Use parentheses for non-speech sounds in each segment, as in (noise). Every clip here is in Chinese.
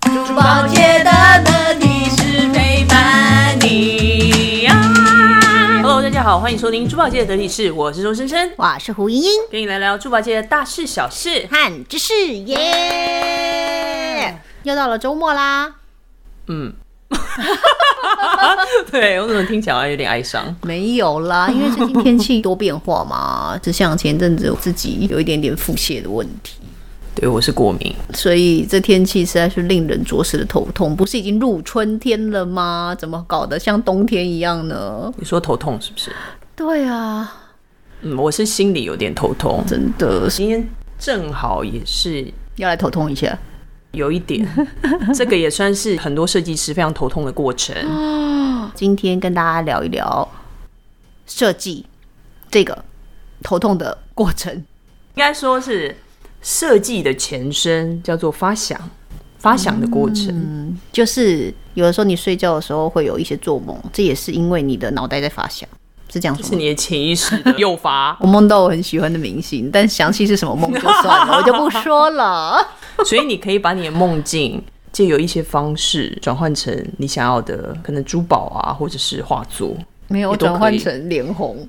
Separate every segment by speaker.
Speaker 1: 珠宝界的乐迪是陪伴你啊！
Speaker 2: Hello，大家好，欢迎收听珠宝界的得体事，我是周深深，
Speaker 3: 我是胡莹莹，
Speaker 2: 跟你聊聊珠宝界的大事小事。
Speaker 3: 汉之士嗯耶！哎又到了周末啦，
Speaker 2: 嗯， (laughs) 对我怎么听起来好像有点哀伤？
Speaker 3: 没有 (laughs) 啦，因为最近天气多变化嘛，就像前阵子我自己有一点点腹泻的问题，
Speaker 2: 对，我是过敏。
Speaker 3: 所以这天气实在是令人着实的头痛。不是已经入春天了吗？怎么搞得像冬天一样呢？
Speaker 2: 你说头痛是不是？
Speaker 3: 对啊，
Speaker 2: 嗯，我是心里有点头痛。
Speaker 3: 真的是
Speaker 2: 今天正好也是
Speaker 3: 要来头痛一下。
Speaker 2: 有一
Speaker 1: (laughs)
Speaker 2: 点，这个也算是很多设计师非常头痛的过程。
Speaker 3: 今天跟大家聊一聊设计这个头痛的过程。
Speaker 2: 应该说是设计的前身叫做发想，发想的过程。
Speaker 3: 就是有的时候你睡觉的时候会有一些做梦，这也是因为你的脑袋在发想，是这样
Speaker 2: 就
Speaker 3: 说
Speaker 2: 是
Speaker 3: 吗。，
Speaker 2: 你的潜意识的诱发 (laughs)
Speaker 3: 我梦到我很喜欢的明星，但详细是什么梦就算 (laughs) 了，我就不说了。
Speaker 2: 所以你可以把你的梦境借由一些方式转换成你想要的，可能珠宝啊，或者是画作，
Speaker 3: (laughs) 没有，
Speaker 2: 也
Speaker 3: 我
Speaker 2: 都可以
Speaker 3: 转换成脸红。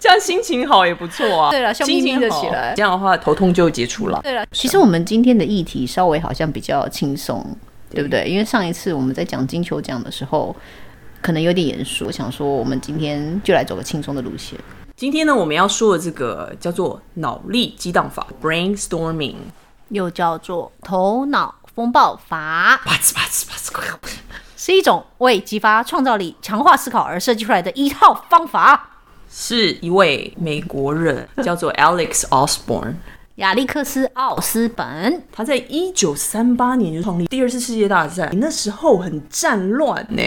Speaker 2: 这样心情好也不错啊。
Speaker 3: 对了笑眯
Speaker 2: 心
Speaker 3: 眯
Speaker 2: 情
Speaker 3: 的
Speaker 2: 好
Speaker 3: 起来
Speaker 2: 这样的话头痛就解除了。
Speaker 3: 对了，其实我们今天的议题稍微好像比较轻松，
Speaker 2: 对
Speaker 3: 对不对？因为上一次我们在讲金球奖的时候，可能有点严肃，我想说我们今天就来走个轻松的路线。
Speaker 2: 今天呢，我们要说的这个叫做脑力激荡法 （brainstorming）。
Speaker 3: 又叫做头脑风暴法，
Speaker 2: 啪呲啪呲啪呲
Speaker 3: 是一种为激发创造力、强化思考而设计出来的一套方法。
Speaker 2: 是一位美国人，叫做 Alex Osborne。
Speaker 3: 亚历克斯·奥斯本，
Speaker 2: 他在一九三八年就创立第二次世界大战，那时候很战乱呢、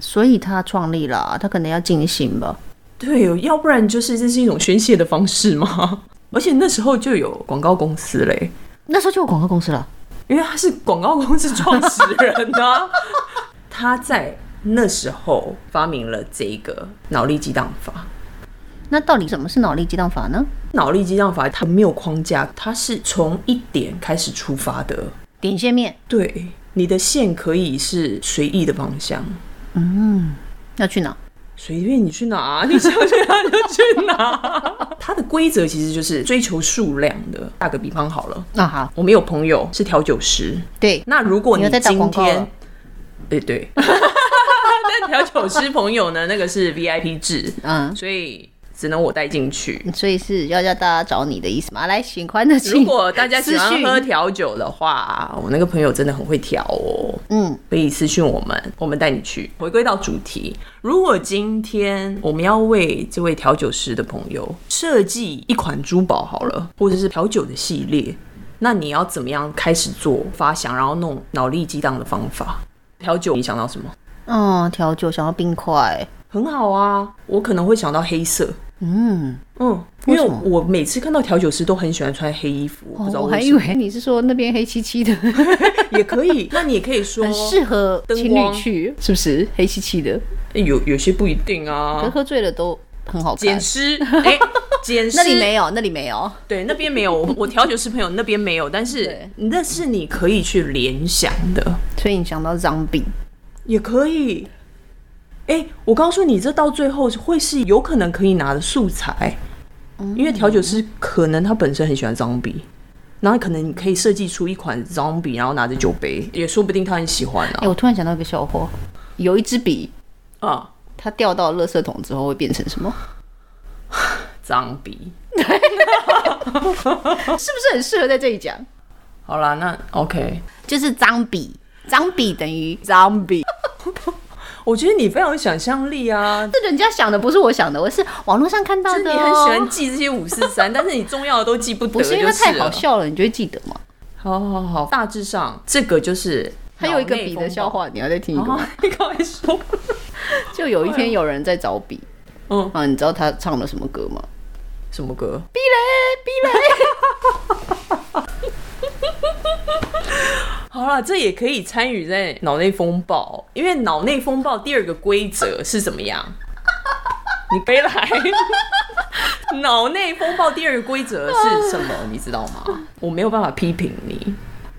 Speaker 3: 所以他创立了，他可能要进行吧。
Speaker 2: 对哦，要不然就是这是一种宣泄的方式嘛。 (laughs) 而且那时候就有广告公司嘞，
Speaker 3: 那时候就有广告公司了，
Speaker 2: 因为他是广告公司创始人呐、 (laughs) 他在那时候发明了这个脑力激荡法。
Speaker 3: 那到底什么是脑力激荡法呢？
Speaker 2: 脑力激荡法它没有框架，它是从一点开始出发的。
Speaker 3: 点线面
Speaker 2: 对，你的线可以是随意的方向，
Speaker 3: 要去哪？
Speaker 2: 随便你去哪， (laughs) 你想去哪就去哪。它的规则其实就是追求数量的。打个比方好了，
Speaker 3: 啊好，
Speaker 2: 我们有朋友是调酒师，
Speaker 3: 对，
Speaker 2: 那如果
Speaker 3: 你又在打
Speaker 2: 今
Speaker 3: 广告
Speaker 2: 天
Speaker 3: 了，
Speaker 2: 对对，但调酒师朋友呢，那个是 VIP 制，
Speaker 3: 嗯，
Speaker 2: 所以只能我带进去。
Speaker 3: 所以是要叫大家找你的意思吗？来，喜欢的请
Speaker 2: 如果大家喜
Speaker 3: 私
Speaker 2: 欢
Speaker 3: 讯
Speaker 2: 喝调酒的话，我那个朋友真的很会调哦。
Speaker 3: 嗯，
Speaker 2: 可以私讯我们，我们带你去。回归到主题，如果今天我们要为这位调酒师的朋友设计一款珠宝好了，或者是调酒的系列，那你要怎么样开始做发想，然后弄脑力激荡的方法？调酒你想到什么？
Speaker 3: 哦，调酒想要冰块，
Speaker 2: 很好啊，我可能会想到黑色。
Speaker 3: 嗯，
Speaker 2: 嗯，因
Speaker 3: 为
Speaker 2: 为
Speaker 3: 什么
Speaker 2: 我每次看到调酒师都很喜欢穿黑衣服，不
Speaker 3: 哦
Speaker 2: 知道
Speaker 3: 我
Speaker 2: 为
Speaker 3: 还
Speaker 2: 什
Speaker 3: 以
Speaker 2: 么。
Speaker 3: 为你是说那边黑漆漆的。
Speaker 2: 也可以，那你也可以说
Speaker 3: 很适合
Speaker 2: 灯
Speaker 3: 情侣
Speaker 2: 光
Speaker 3: 去，是不是？黑漆漆的，
Speaker 2: 有有些不一定
Speaker 3: 可是
Speaker 2: 啊。
Speaker 3: 喝醉了都很好看
Speaker 2: 捡。尸，哎、捡尸
Speaker 3: (laughs) 那里没有，那里没有。
Speaker 2: 对，那边没有。我我 (laughs) 调酒师朋友那边没有，但是
Speaker 3: 对
Speaker 2: 那是你可以去联想的，
Speaker 3: 所以你想到脏笔，
Speaker 2: 也可以。哎、我告诉你，这到最后会是有可能可以拿的素材，
Speaker 3: 哦
Speaker 2: 因为调酒师可能他本身很喜欢 zombie，然后可能你可以设计出一款 zombie，然后拿着酒杯，也说不定他很喜欢
Speaker 3: 哎、
Speaker 2: 啊。
Speaker 3: 我突然想到一个笑话，有一支笔，
Speaker 2: 啊
Speaker 3: 它掉到垃圾桶之后会变成什么？
Speaker 2: ，zombie。
Speaker 3: (laughs) 是不是很适合在这里讲？
Speaker 2: 好啦，那 OK，
Speaker 3: 就是脏笔，脏笔等于 (laughs) 哦脏笔。
Speaker 2: 我觉得你非常有想象力啊，
Speaker 3: 这人家想的不是我想的，我是网络上看到
Speaker 2: 就是
Speaker 3: 的、哦
Speaker 2: 你很喜欢。记这些五四三，但是你重要的都记不得，
Speaker 3: 不
Speaker 2: 就是
Speaker 3: 因为它太
Speaker 2: 了
Speaker 3: 好。笑了，你就会记得吗？
Speaker 2: 好好好，大致上这个就是
Speaker 3: 还有一个笔的笑话，你要再听一
Speaker 2: 脑
Speaker 3: 个
Speaker 2: 内
Speaker 3: 吗
Speaker 2: 风暴。？哦你刚才说，
Speaker 3: 就有一天有人在找笔，
Speaker 2: 嗯，
Speaker 3: 啊，你知道他唱了什么歌 (laughs) 吗？
Speaker 2: (laughs) 什么歌？
Speaker 3: 避雷，避雷。
Speaker 2: 好了，这也可以参与在脑内风暴，因为脑内风暴第二个规则是怎么 (laughs) 样？你别来。 (laughs) 脑内风暴第二个规则是什么？你知道吗？我没有办法批评你，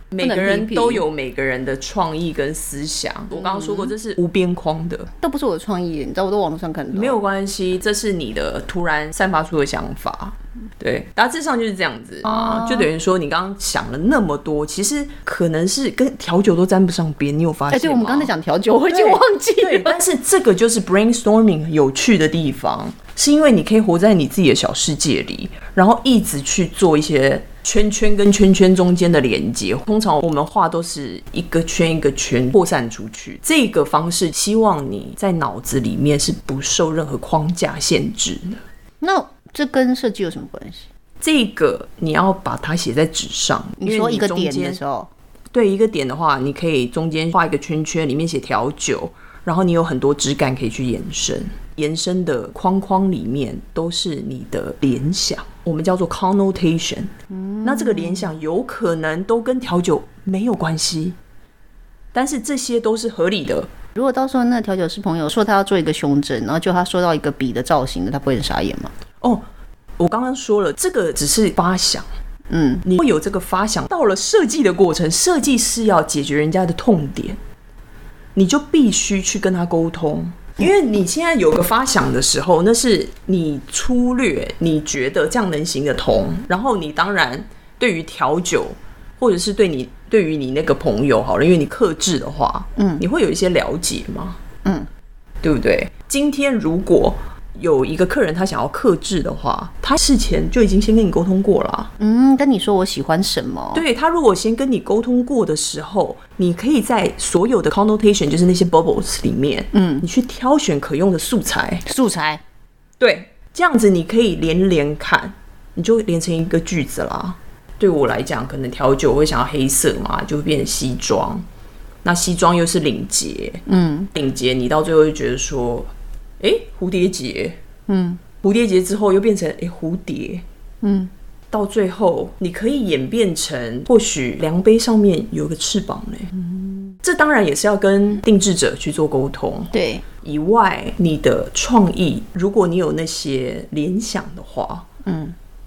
Speaker 2: 每
Speaker 3: 能
Speaker 2: 个人
Speaker 3: 批评
Speaker 2: 都有每个人的创意跟思想。我刚刚说过，这是无边框的，
Speaker 3: 都不是我的创意，你知道，我都网络上看到。
Speaker 2: 没有关系，这是你的突然散发出的想法。对，大致上就是这样子啊，就等于说你刚刚想了那么多，其实可能是跟调酒都沾不上边。你有发现
Speaker 3: 哎，
Speaker 2: 吗？
Speaker 3: 对，我们刚才讲调酒，我已经忘记
Speaker 2: 对，
Speaker 3: 了。
Speaker 2: 但是这个就是 brainstorming 有趣的地方，是因为你可以活在你自己的小世界里，然后一直去做一些圈圈跟圈圈中间的连接。通常我们画都是一个圈一个圈扩散出去，这个方式希望你在脑子里面是不受任何框架限制的。
Speaker 3: 那这跟设计有什么关系？
Speaker 2: 这个你要把它写在纸上，因
Speaker 3: 你
Speaker 2: 为
Speaker 3: 说一个
Speaker 2: 中
Speaker 3: 点
Speaker 2: 间
Speaker 3: 的时候，
Speaker 2: 对一个点的话，你可以中间画一个圈圈，里面写调酒，然后你有很多枝干可以去延伸，延伸的框框里面都是你的联想，我们叫做 connotation。那这个联想有可能都跟调酒没有关系，但是这些都是合理的。
Speaker 3: 如果到时候那个调酒师朋友说他要做一个胸针，然后就他说到一个笔的造型的，他不会很傻眼吗？
Speaker 2: 哦，我刚刚说了，这个只是发想。
Speaker 3: 嗯，
Speaker 2: 你会有这个发想，到了设计的过程，设计是要解决人家的痛点，你就必须去跟他沟通。因为你现在有个发想的时候，那是你粗略，你觉得这样能行得通，然后你当然对于调酒，或者是对你对于你那个朋友好了，因为你克制的话，嗯，你会有一些了解吗？
Speaker 3: 嗯，
Speaker 2: 对不对？今天如果有一个客人他想要克制的话，他事前就已经先跟你沟通过了啊、
Speaker 3: 嗯，跟你说我喜欢什么？
Speaker 2: 对他如果先跟你沟通过的时候，你可以在所有的 connotation，就是那些 bubbles 里面，嗯，你去挑选可用的素材，
Speaker 3: 素材，
Speaker 2: 对，这样子你可以连连看，你就连成一个句子啦。对我来讲，可能调酒我会想要黑色嘛，就会变成西装。那西装又是领结，
Speaker 3: 嗯，
Speaker 2: 领结你到最后就觉得说，诶，蝴蝶结，嗯，蝴蝶结之后又变成诶，蝴蝶，嗯，到最后你可以演变成或许量杯上面有个翅膀呢、这当然也是要跟定制者去做沟通，
Speaker 3: 对，
Speaker 2: 以外，你的创意，如果你有那些联想的话，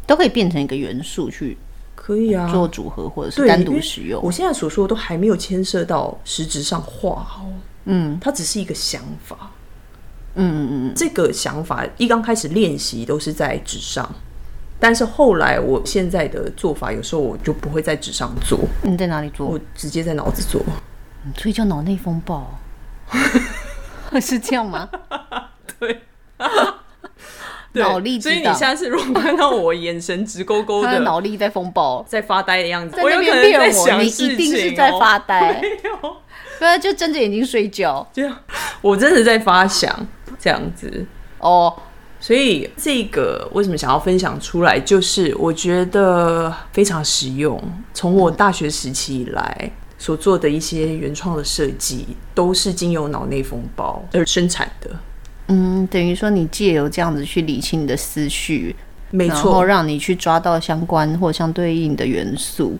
Speaker 3: 都可以变成一个元素去
Speaker 2: 可以啊，
Speaker 3: 做组合或者是
Speaker 2: 对
Speaker 3: 单独使用
Speaker 2: 我。现在所说的都还没有牵涉到实质上画哦，
Speaker 3: 嗯
Speaker 2: 它只是一个想法。
Speaker 3: 嗯嗯嗯，
Speaker 2: 这个想法一刚开始练习都是在纸上，但是后来我现在的做法，有时候我就不会在纸上做，
Speaker 3: 你在哪里做
Speaker 2: 我？直接在脑子做。
Speaker 3: 所以叫脑内风暴，啊 (laughs) 是这样吗？
Speaker 2: 对。对
Speaker 3: 脑力
Speaker 2: 所以你
Speaker 3: 激荡
Speaker 2: 下次如果看到我眼神直勾勾
Speaker 3: 他
Speaker 2: 的
Speaker 3: 的脑力在风暴，
Speaker 2: 在发呆的样子，
Speaker 3: 在
Speaker 2: 我
Speaker 3: 那
Speaker 2: 有可
Speaker 3: 边
Speaker 2: 能
Speaker 3: 骗
Speaker 2: 在
Speaker 3: 我，
Speaker 2: 想
Speaker 3: 你
Speaker 2: 事情、哦
Speaker 3: 一定是在发
Speaker 2: (laughs)
Speaker 3: 呆，
Speaker 2: 没有，
Speaker 3: 不啊然就睁着眼睛睡觉。
Speaker 2: 这样 (laughs) 我真的在发想这样子，
Speaker 3: 哦，
Speaker 2: 所以这个为什么想要分享出来，就是我觉得非常实用。从我大学时期以来所做的一些原创的设计，都是经由脑内风暴而生产的，
Speaker 3: 嗯，等于说你借由这样子去理清你的思绪，
Speaker 2: 没
Speaker 3: 然后
Speaker 2: 错。
Speaker 3: 让你去抓到相关或相对应的元素。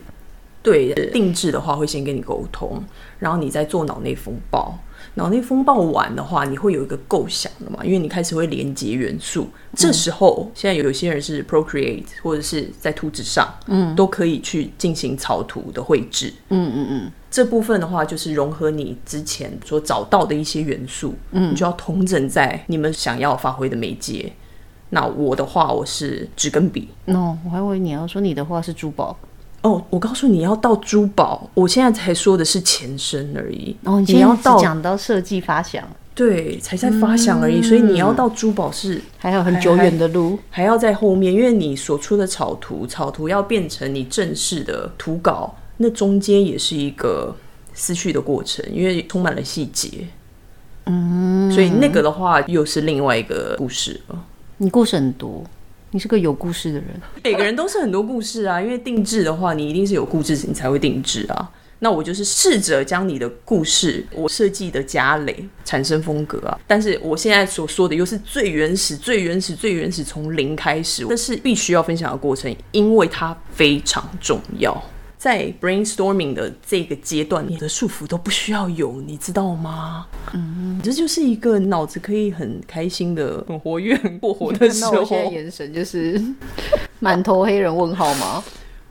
Speaker 2: 对，定制的话会先跟你沟通，然后你再做脑内风暴。脑内风暴完的话，你会有一个构想了嘛？因为你开始会连接元素。
Speaker 3: 嗯
Speaker 2: 这时候，现在有些人是 Procreate 或者是在图纸上，嗯，都可以去进行草图的绘制。
Speaker 3: 嗯嗯嗯，
Speaker 2: 这部分的话，就是融合你之前所找到的一些元素，嗯，你就要统整在你们想要发挥的媒介。那我的话，我是纸跟笔，
Speaker 3: 那、我还以为你要说你的话是珠宝，
Speaker 2: 哦，我告诉你要到珠宝，我现在才说的是前身而已。
Speaker 3: 然后哦你今
Speaker 2: 你
Speaker 3: 天
Speaker 2: 要
Speaker 3: 只
Speaker 2: 到
Speaker 3: 讲嗯到设计发想，
Speaker 2: 对，才在发想而已，所以你要到珠宝是
Speaker 3: 还有很久远的路。
Speaker 2: 还要在后面，因为你所出的草图，草图要变成你正式的图稿，那中间也是一个思绪的过程，因为充满了细节。嗯，所以那个的话又是另外一个故事了。
Speaker 3: (laughs) 你故事很多，你是个有故事的 (laughs) 人。
Speaker 2: 每个人都是很多故事啊，因为定制的话，你一定是有故事，你才会定制啊。那我就是试着将你的故事，我设计的家累产生风格啊。但是我现在所说的又是最原始、最原始、最原始，从零开始，这是必须要分享的过程，因为它非常重要。在 brainstorming 的这个阶段，你的束缚都不需要有，你知道吗？嗯，这就是一个脑子可以很开心的、很 (laughs) 活跃、很过活的时
Speaker 3: 看到
Speaker 2: 候。
Speaker 3: (laughs) 我现在眼神就是满头黑人问号吗？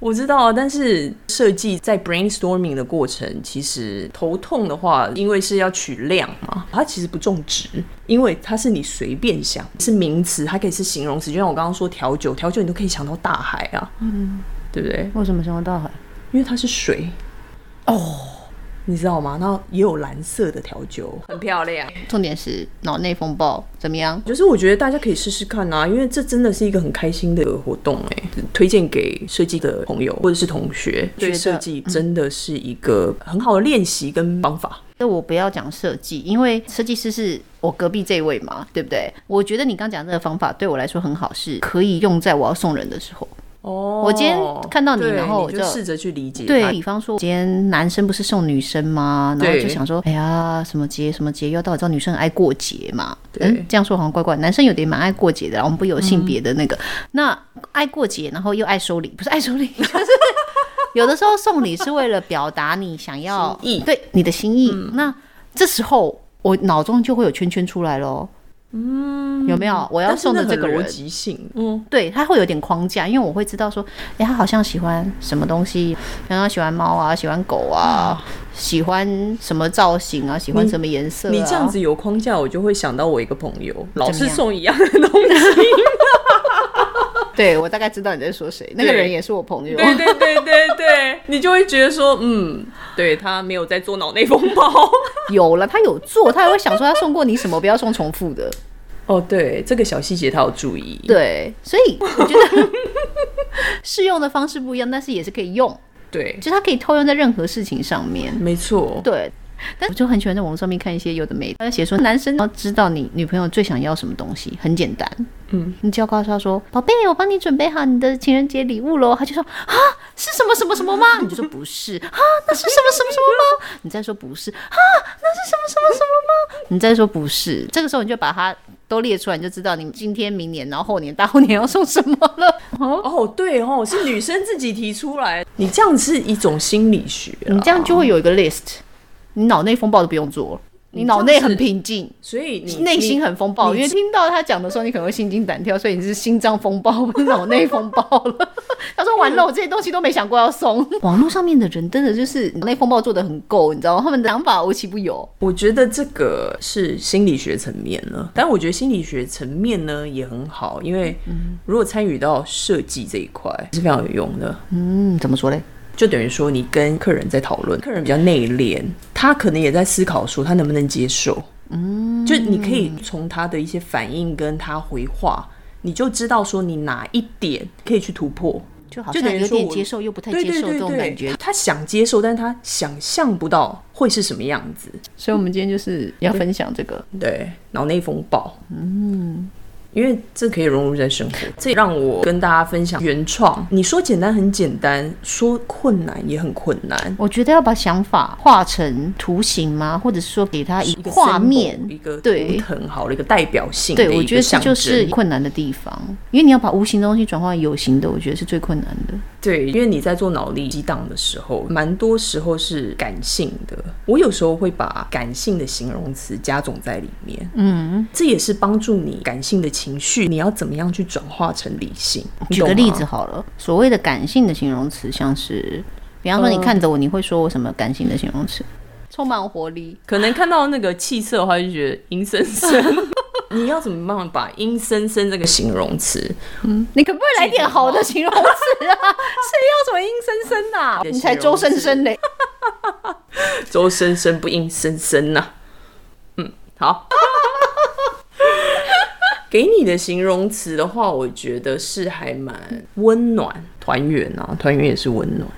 Speaker 2: 我知道，但是设计在 brainstorming 的过程，其实头痛的话，因为是要取量嘛，它其实不重质，因为它是你随便想，是名词，它可以是形容词，就像我刚刚说调酒，调酒你都可以想到大海啊，嗯，对不对？
Speaker 3: 为什么想到大海？
Speaker 2: 因为它是水哦，你知道吗？然后也有蓝色的调酒，很漂亮。
Speaker 3: 重点是脑内风暴怎么样？
Speaker 2: 就是我觉得大家可以试试看啊，因为这真的是一个很开心的活动哎、推荐给设计的朋友或者是同学，
Speaker 3: 觉得
Speaker 2: 对嗯设计真的是一个很好的练习跟方法。
Speaker 3: 那我不要讲设计，因为设计师是我隔壁这位嘛，对不对？我觉得你刚讲这个方法对我来说很好，是可以用在我要送人的时候。
Speaker 2: 哦
Speaker 3: 我今天看到你
Speaker 2: 对
Speaker 3: 然后我
Speaker 2: 你
Speaker 3: 就
Speaker 2: 就试着去理解
Speaker 3: 对
Speaker 2: 它
Speaker 3: 啊比方说，今天男生不是送女生吗？然后
Speaker 2: 对
Speaker 3: 就想说，哎呀，什么节什么节，又到底知道女生很爱过节嘛？
Speaker 2: 对
Speaker 3: 嗯，这样说好像怪怪。男生有点蛮爱过节的啦，我们不有性别的那
Speaker 2: 嗯
Speaker 3: 个，那爱过节，然后又爱收礼，不是爱收礼，就是。 (laughs) 有的时候送礼是为了表达你想要
Speaker 2: 心意嗯
Speaker 3: 对你的心意，那这时候我脑中就会有圈圈出来喽。嗯，有没有？我要
Speaker 2: 但是
Speaker 3: 送
Speaker 2: 那
Speaker 3: 的
Speaker 2: 很
Speaker 3: 这个人
Speaker 2: 逻，辑性，嗯，
Speaker 3: 对，它会有点框架，因为我会知道说，哎、他好像喜欢什么东西，然后喜欢猫啊，喜欢狗啊，喜欢什么造型啊，喜欢什么颜色、啊
Speaker 2: 你这样子有框架，我就会想到我一个朋友，老
Speaker 3: 怎
Speaker 2: 是
Speaker 3: 么样
Speaker 2: 送一样的东西。
Speaker 3: (laughs) 对我大概知道你在说谁，那个
Speaker 2: 对
Speaker 3: 人也是我朋友。
Speaker 2: 对对对对对，你就会觉得说，嗯，对他没有在做脑内风
Speaker 3: (laughs)
Speaker 2: 暴。
Speaker 3: 有了，他有做，他还会想说他送过你什么，不要送重复
Speaker 2: (laughs)
Speaker 3: 的。
Speaker 2: 哦，对，这个小细节他要注意。
Speaker 3: 对，所以我觉得 (laughs) 适用的方式不一样，但是也是可以用，
Speaker 2: 对，
Speaker 3: 就是它可以套用在任何事情上面。
Speaker 2: 没错。
Speaker 3: 对。但我就很喜欢在网络上面看一些有的没的，他就写说男生要知道你女朋友最想要什么东西，很简单，
Speaker 2: 嗯，
Speaker 3: 你只要告诉她说：“宝贝，我帮你准备好你的情人节礼物喽。”她就说：“啊，是什么什么什么吗？”你就说：“不是。”啊，那是什么什么什么吗？你再说：“不是。”啊，那是什么什么什么吗？你再说：“不是。”这个时候你就把它都列出来，你就知道你今天、明年，然后后年、大后年要送什么了。哦，
Speaker 2: 哦，对哦，是女生自己提出来，你这样是一种心理学啊、
Speaker 3: 你这样就会有一个 list，你脑内风暴都不用做了，你脑内很平静。
Speaker 2: 所以你
Speaker 3: 内心很风暴，
Speaker 2: 你
Speaker 3: 因为听到他讲的时候，你可能会心惊胆跳，所以你是心脏风暴，不是脑内风暴了。 (laughs) 他说：“完了，我这些东西都没想过要送。”网络上面的人真的就是脑内风暴做的很够，你知道吗？他们的想法无奇不有。
Speaker 2: 我觉得这个是心理学层面了，但我觉得心理学层面呢也很好，因为
Speaker 3: 嗯
Speaker 2: 如果参与到设计这一块是非常有用的。
Speaker 3: 嗯，怎么说嘞？
Speaker 2: 就等于说你跟客人在讨论，客人比较内敛，他可能也在思考说他能不能接受。嗯，就你可以从他的一些反应跟他回话，你就知道说你哪一点可以去突破。
Speaker 3: 就好
Speaker 2: 就等
Speaker 3: 像
Speaker 2: 于
Speaker 3: 有
Speaker 2: 说
Speaker 3: 点
Speaker 2: 我
Speaker 3: 接受又不太
Speaker 2: 对
Speaker 3: 接
Speaker 2: 对
Speaker 3: 受这
Speaker 2: 对
Speaker 3: 种感
Speaker 2: 对
Speaker 3: 觉，。
Speaker 2: 他想接受，但是他想象不到会是什么样子。
Speaker 3: 所以，我们今天就是要分享这个。
Speaker 2: 对，脑内风暴。嗯，因为这可以融入在生活，这也让我跟大家分享原创。你说简单很简单，说困难也很困难。
Speaker 3: 我觉得要把想法画成图形吗？或者是说给他一
Speaker 2: 一个
Speaker 3: 画
Speaker 2: symbol，
Speaker 3: 面，
Speaker 2: 一个
Speaker 3: 对
Speaker 2: 图腾，好了一个代表性的
Speaker 3: 对，我
Speaker 2: 一个
Speaker 3: 觉得这
Speaker 2: 象
Speaker 3: 就
Speaker 2: 征。
Speaker 3: 是困难的地方，因为你要把无形的东西转化为有形的，我觉得是最困难的。
Speaker 2: 对，因为你在做脑力激荡的时候，蛮多时候是感性的。我有时候会把感性的形容词加总在里面，嗯，这也是帮助你感性的情绪，你要怎么样去转化成理性？你
Speaker 3: 举个
Speaker 2: 懂
Speaker 3: 例
Speaker 2: 吗
Speaker 3: 子，好了，所谓的感性的形容词，像是，比
Speaker 2: 嗯
Speaker 3: 方说你看着我，你会说我什么感性的形容词？充满活力。
Speaker 2: 可能看到那个气色的话，就觉得阴森
Speaker 3: (laughs)
Speaker 2: 森。你要怎么办法把阴森森这个形容词
Speaker 3: 你可不可以来点好的
Speaker 2: (laughs)
Speaker 3: 形容词啊？谁要什么阴森森的、啊？
Speaker 2: 的
Speaker 3: 你才
Speaker 2: 形容
Speaker 3: 周
Speaker 2: 词
Speaker 3: 生生嘞！
Speaker 2: 周生生不应生生呐、嗯，好。 (laughs) 给你的形容词的话，我觉得是还蛮温暖、团圆啊，团圆也是温暖。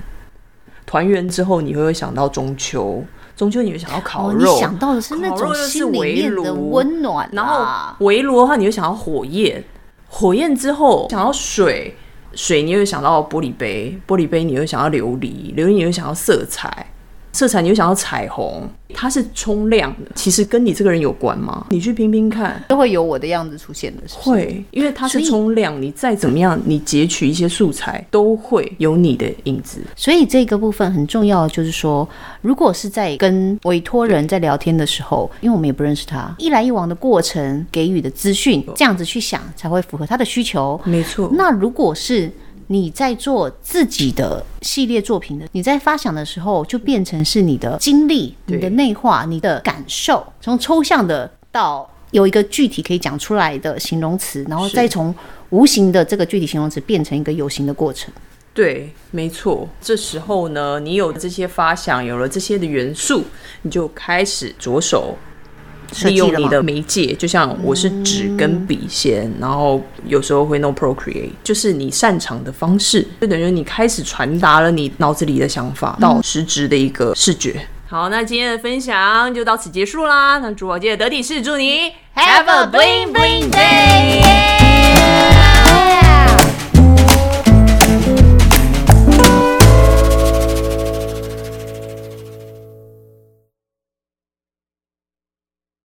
Speaker 2: 团圆之后，你会想到中秋，中秋你会想到烤
Speaker 3: (laughs) 哦，
Speaker 2: 肉，
Speaker 3: 你想到的是那
Speaker 2: 烤
Speaker 3: 种
Speaker 2: 肉又是
Speaker 3: 心里面
Speaker 2: 围
Speaker 3: 的
Speaker 2: 炉
Speaker 3: 温暖、啊，
Speaker 2: 然后围炉的话，你会想到火焰，火焰之后想到水，水你会想到玻璃杯，玻璃杯你会想到琉璃，琉璃你会想到色彩，色彩你会想到彩虹。它是冲亮的，其实跟你这个人有关吗？你去拼拼看，
Speaker 3: 就会有我的样子出现的，是不是
Speaker 2: 会，因为它
Speaker 3: 所
Speaker 2: 是
Speaker 3: 以
Speaker 2: 冲亮，你再怎么样，你截取一些素材都会有你的影子。
Speaker 3: 所以这个部分很重要，就是说，如果是在跟委托人在聊天的时候，因为我们也不认识他，一来一往的过程给予的资讯，这样子去想才会符合他的需求。
Speaker 2: 没错，
Speaker 3: 那如果是你在做自己的系列作品的，你在发想的时候，就变成是你的经历、
Speaker 2: 对
Speaker 3: 你的内化、你的感受，从抽象的到有一个具体可以讲出来的形容词，然后
Speaker 2: 是
Speaker 3: 再从无形的这个具体形容词变成一个有形的过程。
Speaker 2: 对，没错。这时候呢，你有这些发想，有了这些的元素，你就开始着手
Speaker 3: 设
Speaker 2: 利
Speaker 3: 计
Speaker 2: 用
Speaker 3: 了
Speaker 2: 你
Speaker 3: 吗？
Speaker 2: 的媒介。就像我是纸跟笔先，然后有时候会弄 Procreate，就是你擅长的方式，就等于你开始传达了你脑子里的想法到实质的一个视觉。嗯好，那今天的分享就到此结束啦。那主宝界的得体是祝你
Speaker 3: Have a bling bling day